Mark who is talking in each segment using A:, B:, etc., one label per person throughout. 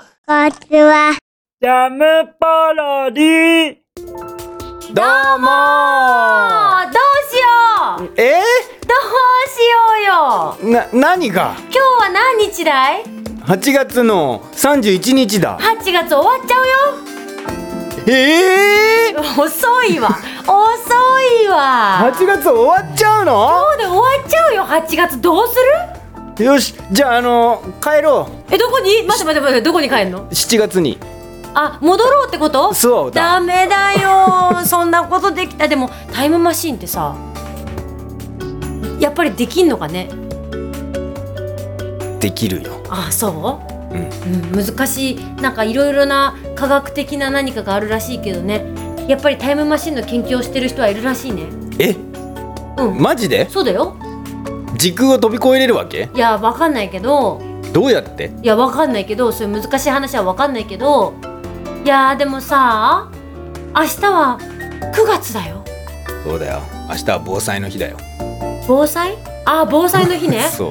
A: ちは。
B: ジャムパロディどうも
C: あどうしようどう
B: え
C: しようよ
B: ー、な、何が
C: 今日は何日だい
B: ?8 月の31日だ。
C: ?8 月終わっちゃうよ
B: えー、
C: 遅いわ遅いわ
B: 8月終わっちゃう
C: そうで終わっちゃうよ8月どうする
B: のよし、じゃああの、帰ろ
C: えどこに待って待って待ってどこに帰るの
B: う。7月に。
C: あ戻ろうってこと
B: そうだ
C: ダメだよそんなことできたでもタイムマシーンってさやっぱりできんのかね
B: できるよ。
C: あそう
B: うん。
C: うん、難しいなんかいろいろな科学的な何かがあるらしいけどねやっぱりタイムマシンの研究をしてる人はいるらしいね
B: え
C: うん
B: マジで
C: そうだよ
B: 時空を飛び越えれるわけ
C: いやわかんないけど
B: どうやって
C: いやわかんないけどそういう難しい話はわかんないけどいやーでもさ明日は9月だよ
B: そうだよ。明日は防災の日だよ。
C: 防災あー防災の 日ね
B: そう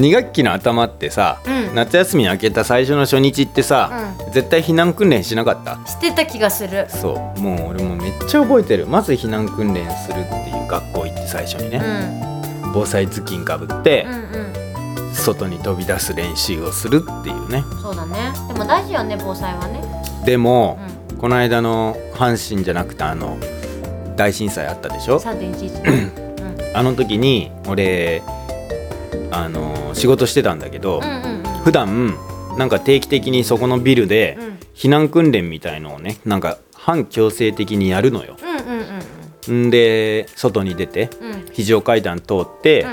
B: 2学期の頭ってさ、
C: うん
B: 夏休み明けた最初の初日ってさ、絶対避難訓練しなかった
C: してた気がする
B: そうもう俺もめっちゃ覚えてるまず避難訓練するっていう学校行って最初に
C: うんう
B: ね、
C: ん
B: 防災頭巾かぶって
C: う、ん
B: 外に飛び出す練習をするっていうね
C: そうだねでも大事よね防災はね
B: でも、
C: う
B: この間の阪神じゃなくてあの大震災あったでしょ
C: 3.11ね
B: あの時に俺あの仕事してたんだけど、
C: うんうんうん
B: 普段なんか定期的にそこのビルで
C: うん
B: 避難訓練みたいのをねなんか反強制的にやるのよ。
C: うんうんうん
B: んで外に出て
C: うんうん
B: 非常階段通って、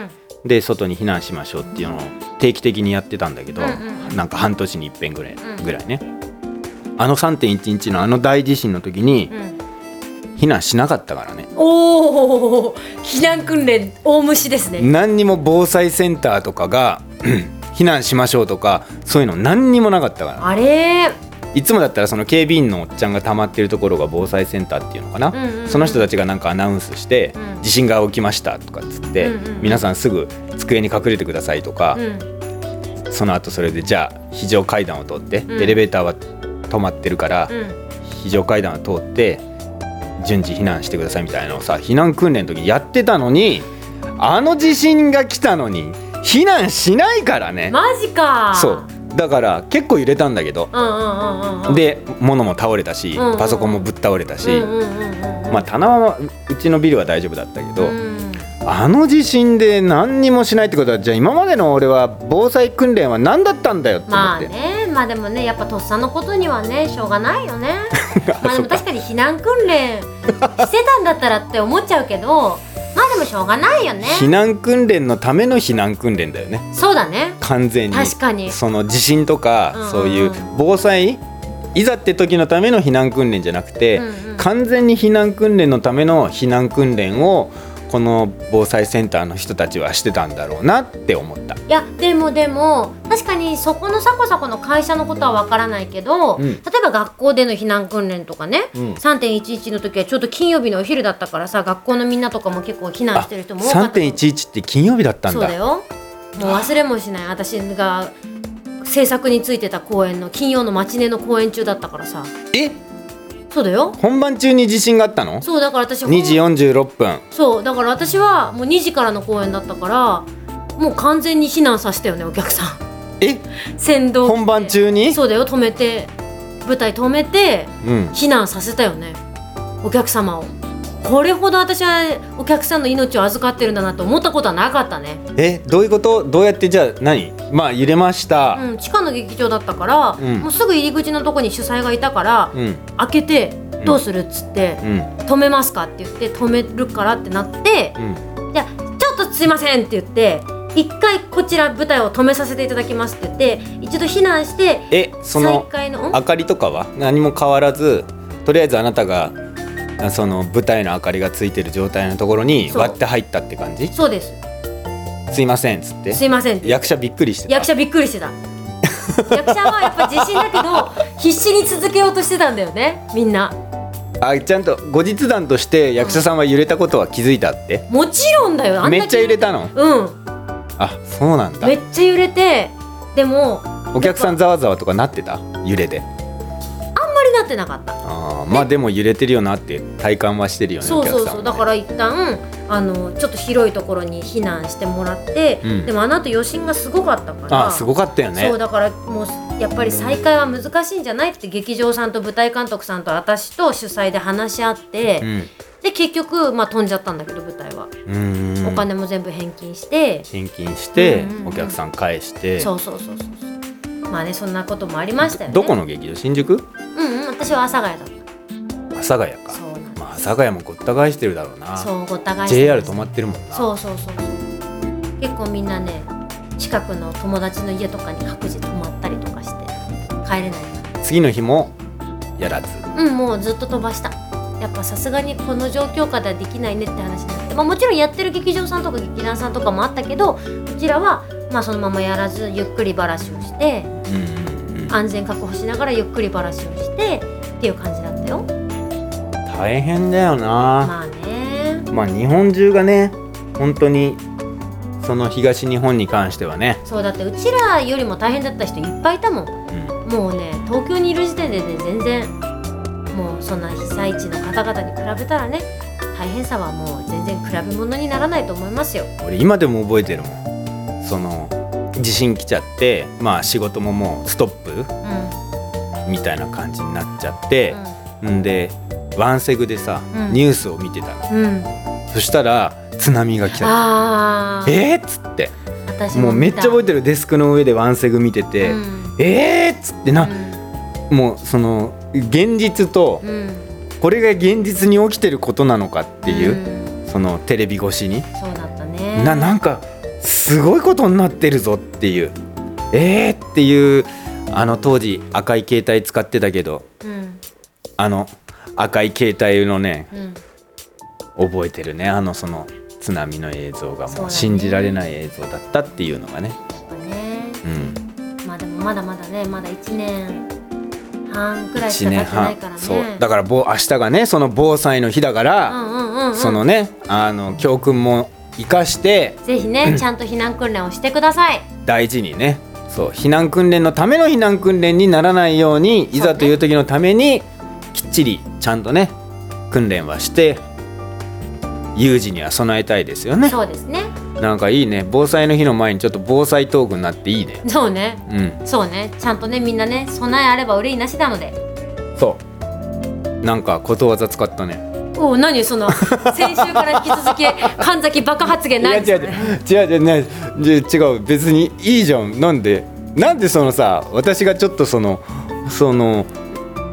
B: で外に避難しましょうっていうのを定期的にやってたんだけど、
C: うんうんう
B: なんか半年に一遍ぐらい,、
C: うん
B: ぐらいねあの3.1日のあの大地震の時に
C: うんうん
B: 避難しなかったからね
C: おお避難訓練大虫ですね
B: 何にも防災センターとかが 避難しましょうとかそういうの何にもなかったから
C: あれー
B: いつもだったらその警備員のおっちゃんが溜まってるところが防災センターっていうのかな、
C: んうんうん
B: その人たちがなんかアナウンスして、
C: うん
B: 地震が起きましたとかっつって、
C: うんうんうん
B: 皆さんすぐ机に隠れてくださいとか、
C: うん
B: その後それでじゃあ非常階段を通って、
C: ん
B: エレベーターは止まってるから、
C: うん
B: 非常階段を通って順次避難してくださいみたいなのをさ避難訓練の時にやってたのにあの地震が来たのに避難しないからね、
C: マジか
B: そうだから結構揺れたんだけど
C: うんうんうんうんうん
B: で物も倒れたし、
C: うんうん
B: パソコンもぶっ倒れたし、
C: うんうんうんうん
B: まあ棚はううちのビルは大丈夫だったけど、
C: うん
B: あの地震で何にもしないってことはじゃあ今までの俺は防災訓練は何だったんだよって思
C: ま
B: っ
C: あ
B: て、
C: ねまあでもねやっぱとっさのことにはねしょうがないよねま あで
B: そっ
C: も
B: か
C: 確かに避難 訓練してたんだったらって思っちゃうけどまあでもしょうがないよね
B: 避難訓練のための避難訓練だよね
C: そうだね
B: 完全に
C: 確かに
B: その地震とか、
C: うんうんうん
B: そういう防災いざって時のための避難訓練じゃなくて、
C: うんうん
B: 完全に避難訓練のための避難訓練をこの防災センターの人たちはしてたんだろうなって思った。
C: いやでもでも確かにそこのサコサコの会社のことはわからないけど、
B: うん
C: 例えば学校での避難訓練とかね、
B: うん
C: 3.11の時はちょうど金曜日のお昼だったからさ学校のみんなとかも結構避難してる人も多か
B: 三
C: った
B: 点一一って金曜日だったん
C: そ
B: だ。
C: うだよもう忘れもしない私が制作についてた公演の金曜のマチネの公演中だったからさ
B: え、
C: そうだよ
B: 本番中に地震があったの？
C: そうだから私
B: 二時四十六分。
C: そうだから私はもう2時からの公演だったからもう完全に避難させたよねお客さん
B: え、
C: 先導
B: 本番中に？
C: そうだよ止めて舞台止めて
B: うん。
C: 避難させたよねお客様をこれほど私はお客さんの命を預かってるんだなと思ったことはなかったね、
B: え、どういうこと？どうやってじゃあ何？まあ揺れました。
C: うん、地下の劇場だったから、
B: うん
C: もうすぐ入り口のとこに主催がいたから、
B: うん
C: 開けて「どうする?」っつって
B: うん
C: 「止めますか?」って言って「止めるから」ってなって
B: うん
C: 「じゃあちょっとすいません」って言って「一回こちら舞台を止めさせていただきます」って言って一度避難して
B: え、その
C: 再開のん
B: 明かりとかは何も変わらず、とりあえずあなたがあその舞台の明かりがついてる状態のところに
C: そう
B: 割って入ったって感じ？
C: そうです
B: すいませんっつって。
C: すいませんって
B: 役者びっくりしてた。
C: 役者びっくりしてた役者はやっぱ自信だけど必死に続けようとしてたんだよねみんな
B: あ、ちゃんと後日談として役者さんは揺れたことは気づいたって。
C: もちろんだよあんだけ
B: めっちゃ揺れたの？
C: うん
B: あ、そうなんだ
C: め。っちゃ揺れてでも
B: お客さんざわざわとかなってた揺れで
C: あんまりなってなかった
B: あーまあでも揺れてるよなって体感はしてるよね
C: そうそうそう、
B: お客
C: だ
B: さん
C: か
B: はね
C: ら一旦あのちょっと広いところに避難してもらって、
B: うん
C: でもあの後余震がすごかったから
B: あーすごかったよね
C: そうだからもうやっぱり再開は難しいんじゃないって劇場さんと舞台監督さんと私と主催で話し合って、
B: うん
C: で結局、まあ、飛んじゃったんだけど舞台は、
B: うんうん
C: お金も全部返金して、
B: 返金して、
C: うんうんうん
B: お客さん返して
C: そうそうそうそうそうまあねそんなこともありましたよね
B: どこの劇場新宿
C: うんうん私は阿佐ヶ谷だっ
B: 阿佐ヶ谷
C: た
B: か
C: そうなん
B: まあ阿佐ヶ谷もごった返してるだろうな
C: そうごった返して
B: JR
C: ました
B: 止まってるもんな
C: そうそうそうそう結構みんなね近くの友達の家とかに各自泊まったりとかして帰れない
B: 次の日もやらず
C: うんもうずっと飛ばしたやっぱさすがにこの状況下ではできないねって話になって、まあ、もちろんやってる劇場さんとか劇団さんとかもあったけどこちらはまあそのままやらずゆっくりばらしをして
B: うんうんうん
C: 安全確保しながらゆっくりばらしをしてっていう感じだったよ
B: 大変だよな、
C: まあね
B: まあ日本中がね本当にその東日本に関してはね、
C: そうだってうちらよりも大変だった人いっぱいいたもん
B: うん
C: もうね東京にいる時点でね全然もうそんな被災地の方々に比べたらね大変さはもう全然比べ物にならないと思いますよ。
B: 俺今でも覚えてるもんその地震来ちゃってまあ仕事ももうストッ
C: う
B: プ
C: ん
B: みたいな感じになっちゃって、
C: うん
B: でワンセグでさ、
C: うん
B: ニュースを見てたの
C: んうん、
B: そしたら津波が来た
C: ああ
B: えっ、っつって
C: 私
B: もうめっちゃ覚え
C: え
B: てるデスクの上でワンセグ見てて、
C: うん
B: えーっつってな、もうその現実と
C: うんうん、っ
B: これが現実に起きてることなのかっていう、そのテレビ越しに、
C: そうだったね
B: ななんかすごいことになってるぞっていうえーっていうあの当時赤い携帯使ってたけど
C: うん
B: あの赤い携帯のね
C: うん
B: 覚えてるねあのその津波の映像が
C: そうだ
B: もう
C: ね
B: 信じられない映像だったっていうのがね
C: やっぱね
B: うん
C: まあでもまだまだねまだ1年半くらいし
B: 1年
C: か経ってな
B: 半
C: いからね
B: そうだからぼ明日がねその防災の日だから、
C: うんうんうんうん
B: そのねあの教訓も生かして
C: ぜひね、ちゃんと避難訓練をしてください。
B: 大事にねそう避難訓練のための避難訓練にならないようにいざという時のためにきっちりちゃんとね訓練はして有事には備えたいですよね
C: そうですね。
B: なんかいいね防災の日の前にちょっと防災トークになっていいね
C: そうね。
B: うん
C: そうね。ちゃんとね、みんなね、備えあれば憂いなしなので。
B: そうなんかことわざ使ったね
C: おお、何その、先週から引き続き、神崎爆発言ないですよね。
B: いや違う違う違う違うねじゃ違う別にいいじゃんなんでなんでそのさ私がちょっとそのその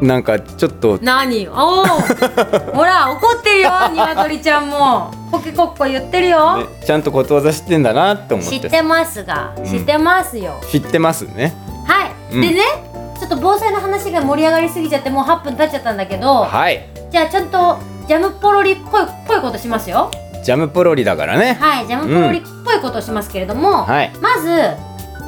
B: なんかちょっと
C: 何おおほら、怒ってるよ、鶏ちゃんも。コケコッコ言ってるよ。
B: ねちゃんとことわざ知ってんだなって思って
C: 知ってますが、知ってますよ。
B: 知ってますね
C: はい。
B: うん
C: でね、ちょっと防災の話が盛り上がりすぎちゃって、もう8分経っちゃったんだけど、
B: はい
C: じゃあちゃんと、ジャムポロリっぽいっぽいことしますよ。
B: ジャムポロリだからね
C: はい、ジャムポロリっぽいことをしますけれども、
B: はい
C: まずペー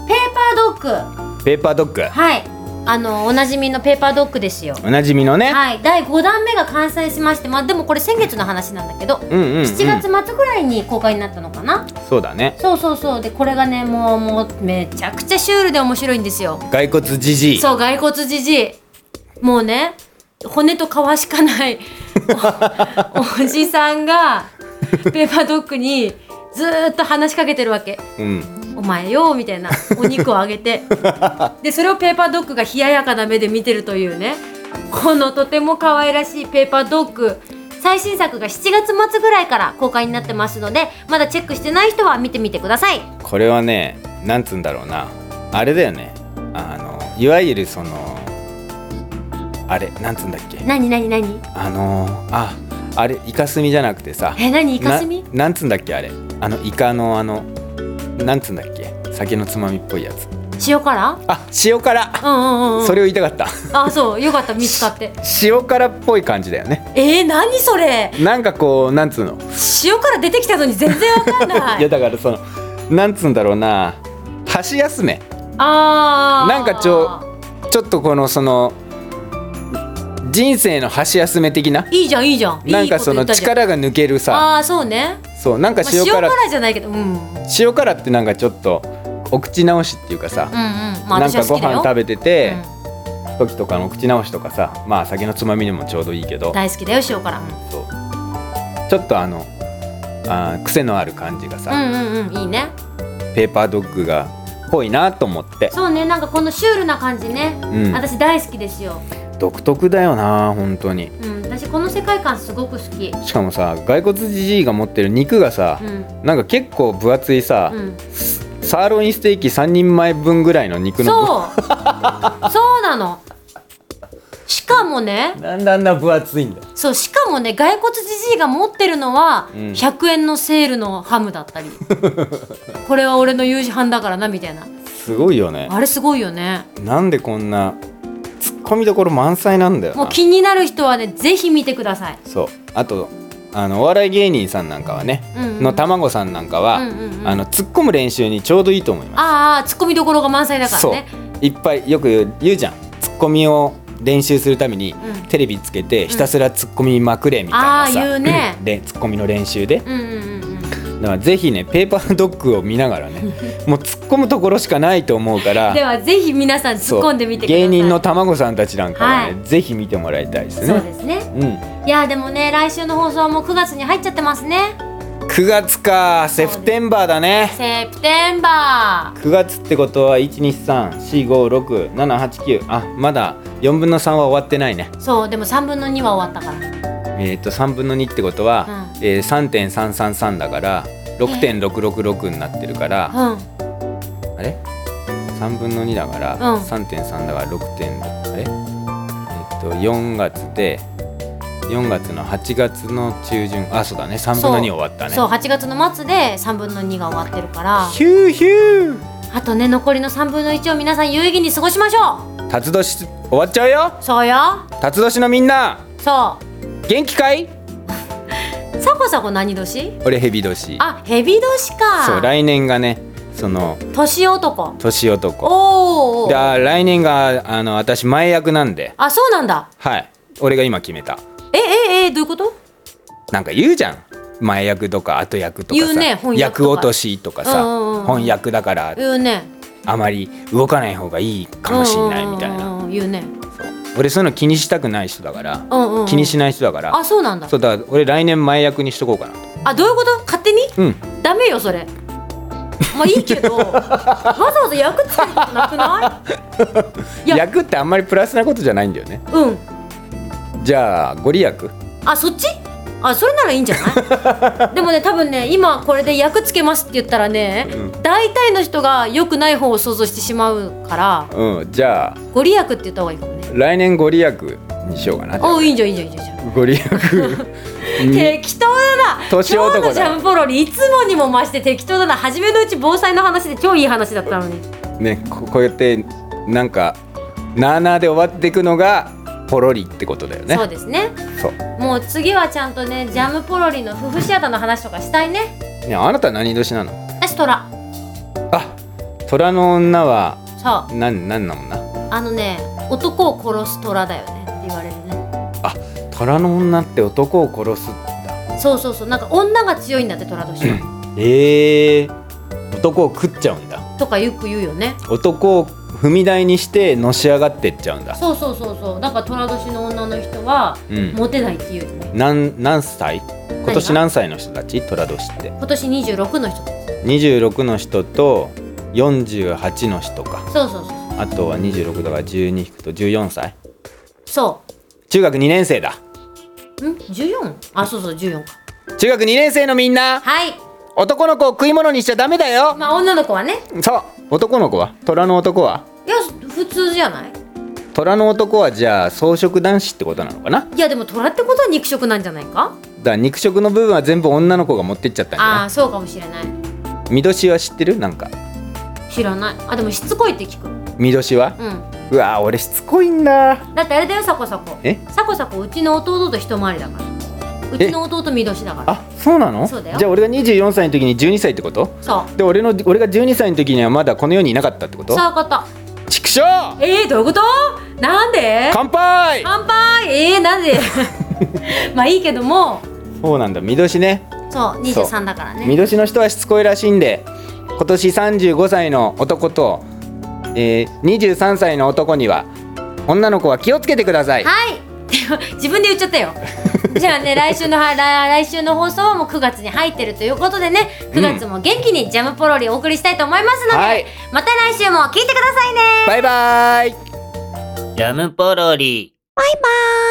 C: パードッグ
B: ペーパードッグ
C: はいあのおなじみのペーパードッグですよ
B: おなじみのね
C: はい第5弾目が完成しましてまあでもこれ先月の話なんだけど、
B: うんうん、うん、
C: 7月末ぐらいに公開になったのかな、
B: そうだね
C: そうそうそうでこれがねもうもうめちゃくちゃシュールで面白いんですよ
B: 骸骨じじい
C: そう骸骨じじいもうね骨と皮しかないおお じさんがペーパードッグにずーっと話しかけてるわけ
B: うん
C: お前よみたいなお肉をあげてでそれをペーパードッグが冷ややかな目で見てるというねこのとても可愛らしいペーパードッグ最新作が7月末ぐらいから公開になってますのでまだチェックしてない人は見てみてください
B: これはねなんつうんだろうなあれだよねあのいわゆるそのあれなんつうんだっけ
C: 何何何
B: あのああれイカスミじゃなくてさ
C: え何イカスミ
B: ななんつうんだっけあれあのイカのあのなんつうんだっけ酒のつまみっぽいやつ
C: 塩辛
B: あ塩辛
C: うんうんうんうん
B: それを言いたか った
C: あそうよかった見つかって
B: 塩辛っぽい感じだよね
C: えー、何それ
B: なんかこうなんつうの、
C: 塩辛出てきたのに全然わかんない
B: い、やだからそのなんつうんだろうな箸休め
C: あー
B: なんかちょちょっとこのその人生の箸休め的ない
C: いじゃんいいじゃん
B: なんかそ
C: いい
B: の
C: こと言ったじゃん
B: 力が抜けるさ
C: ああーそうね
B: そうなんか
C: まあ、
B: 塩
C: 塩
B: 辛
C: 辛じゃないけど、うん、
B: 塩辛ってなんかちょっとお口直しっていうかさ、
C: うんうんまあ
B: なん
C: 私は
B: か
C: 好
B: ご
C: きだ
B: 飯
C: よ
B: 食べてて、
C: う
B: 時とかのお口直しとかさまあ酒のつまみにもちょうどいいけど
C: ん、大好きだよ塩辛
B: そうちょっとあのあー癖のある感じが
C: う
B: さ、
C: んうんうんいいね
B: ペーパードッグがぽいなと思って
C: そうねなんかこのシュールな感じね、
B: うん
C: 私大好きですよ、
B: 独特だよな本当に
C: うん、私この世界観すごく好き
B: しかもさ骸骨じじいが持ってる肉がさ
C: う、ん
B: なんか結構分厚いさ、
C: うん
B: サーロインステーキ3人前分ぐらいの肉の
C: そうそうなのしかもね
B: なんであんな分厚いんだよ
C: そうしかもね骸骨じじいが持ってるのは
B: うん
C: 100円のセールのハム だったりこれは俺の友人飯だからなみたいな
B: すごいよね
C: あれすごいよね
B: なんでこんなツッコミどころ満載なんだよ
C: もう
B: な
C: 気になる人はねぜひ見てください
B: そうあとあのお笑い芸人さんなんかはね、
C: うんうん
B: の卵さんなんかは、
C: うんうんうん
B: あの突っ込む練習にちょうどいいと思いま
C: ああツッコミどころが満載だ
B: す
C: からね
B: そういっぱいよく言う言うじゃんツッコミを練習するために、
C: うん
B: テレビつけてひたすらツッコミまくれみたいなさ、
C: あー言うね
B: でツッコミの練習で
C: うんうんうんうん
B: だからぜひねペーパードッグを見ながら ねもう突っ込むところしかないと思うから
C: ではぜひ皆さん突っ込んでみてください
B: そう芸人の卵さんたちなんかはね、
C: は
B: ぜひ見てもらいたいです
C: そう
B: ね
C: ですね
B: うん
C: いやでもね来週の放送はもう9月に入っちゃってますね
B: 9月か
C: そう
B: セ
C: です
B: プテンバーだね
C: セプテンバー
B: 9月ってことは12345678あまだ4分の3は終わってないね
C: そうでも3分の2は終わったから
B: えっ、と3分の2ってことは、
C: う
B: えー3.333だから6.666になってるから、
C: うん
B: あれ ?3 分の2だから、
C: うん
B: 3.3だから6点あれえっと4月で4月の8月の中旬あそうだね3分の2終わったね
C: そう8月の末で3分の2が終わってるから
B: ヒューヒュ
C: あとね残りの3分の1を皆さん有意義に過ごしましょ
B: ー辰年終わっちゃうよ
C: うそうよ
B: 辰年のみんな
C: そ
B: 元気かいう
C: サコサコ何年
B: 俺ヘビ年
C: あヘビ年か
B: そう来年がねその
C: 年男
B: 年男
C: おお
B: であ来年があの私前役なんで
C: あそうなんだ
B: はい俺が今決めた
C: えええどういうこと
B: なんか言うじゃん前役とか後役とかさ
C: 言うね翻訳とか
B: 役落としとかさ、
C: うんうんうん
B: 翻訳だから
C: 言うね
B: あまり動かない方がいいかもしんないみたい
C: うん
B: な
C: うんうん言うね
B: そう俺そういうの気にしたくない人だから
C: うんうんうん
B: 気にしない人だから
C: あそうなんだ
B: そうだから俺来年前役にしとこうかなと
C: あどういうこと勝手に
B: うん
C: ダメよそれまあいいけどわざわざ役つけることなくないいや
B: 役ってあんまりプラスなことじゃないんだよね
C: うん
B: じゃあご利益
C: あそっちあそれならいいんじゃな いでもね多分ね今これで役つけますって言ったらね、
B: うん
C: 大体の人が良くない方を想像してしまうから
B: うんじゃあ
C: ご利益って言った方がいいかもね
B: 来年ご利益にしようかな
C: おいいんじゃんいいんじゃんいいんじゃんいいじ
B: ご利益
C: ゃん適当だな
B: 年
C: 今
B: 男だ
C: 日のジャムポロリいつもにも増して適当だな初めのうち防災の話で超いい話だったのに
B: ねここうやってなんかなあなあで終わっていくのがポロリってことだよね
C: そうですね
B: そう
C: もう次はちゃんとねジャムポロリの夫婦シアターの話とかしたいね
B: ねあなた何年なの
C: 私トラ
B: あ虎の女は
C: そう
B: なんなんなのな
C: あのね男を殺すトラだよねって言われるね
B: あ虎の女って男を殺すんだ
C: そうそうそうなんか女が強いんだってトラとしては
B: ええ男を食っちゃうんだ
C: とかよく言うよね
B: 男を踏み台にしてのし上がってっちゃうんだ
C: そうそうそうそうだからトラ年の女の人は、
B: うん
C: モテないっていうよね
B: なん何歳今年
C: 何が
B: 何歳の人たち虎年って
C: 今年26の人です
B: 26の人と48の人か
C: そうそうそう
B: あとは26だから12引くと14歳
C: そ
B: 中学2年生だ
C: うん 14? あそうそう14か
B: 中学2年生のみんな
C: はい
B: 男の子を食い物にしちゃダメだよ
C: まあ女の子はね
B: そう男の子は虎の男はい
C: や普通じゃない
B: 虎の男はじゃあ草食男子ってことなのかなだか
C: いやでもトラってことは肉食なんじゃないから
B: 肉食の部分は全部女の子が持ってっちゃったんじゃ
C: あ
B: な
C: あそうかもしれない
B: いみどしは知ってるなんか
C: 知らないあでもしつこいって聞く
B: みどしは
C: う
B: う
C: ん
B: わー俺しつこいんだ
C: だってあれだよサコサコ
B: え
C: サコサコうちの弟と一回りだからうちの弟み年だから
B: あそうなの
C: そうだよ
B: じゃあ俺が24歳の時に12歳ってこと
C: そ
B: で俺の俺が12歳の時にはまだこの世にいなかったってこ
C: う
B: と
C: そういうこと
B: 畜生
C: えー、どういうことなんで
B: 乾杯
C: 乾杯えー、なん でまあいいけども
B: そうなんだみどしね
C: そう
B: そう
C: 23だから
B: 見
C: ね
B: 年の人はしつこいらしいんで今今年35歳の男と、えー、23歳の男には女の子は気をつけてください
C: はい。 自分で言っちゃったよ。じゃあね、来週のは来来週の放送はもう9月に入ってるということでね、9月も元気にジャムポロリお送りしたいと思いますので、
B: はい
C: また来週も聞いてくださいね。
B: バイバイ
A: ジャムポロリ。
D: バイバーイ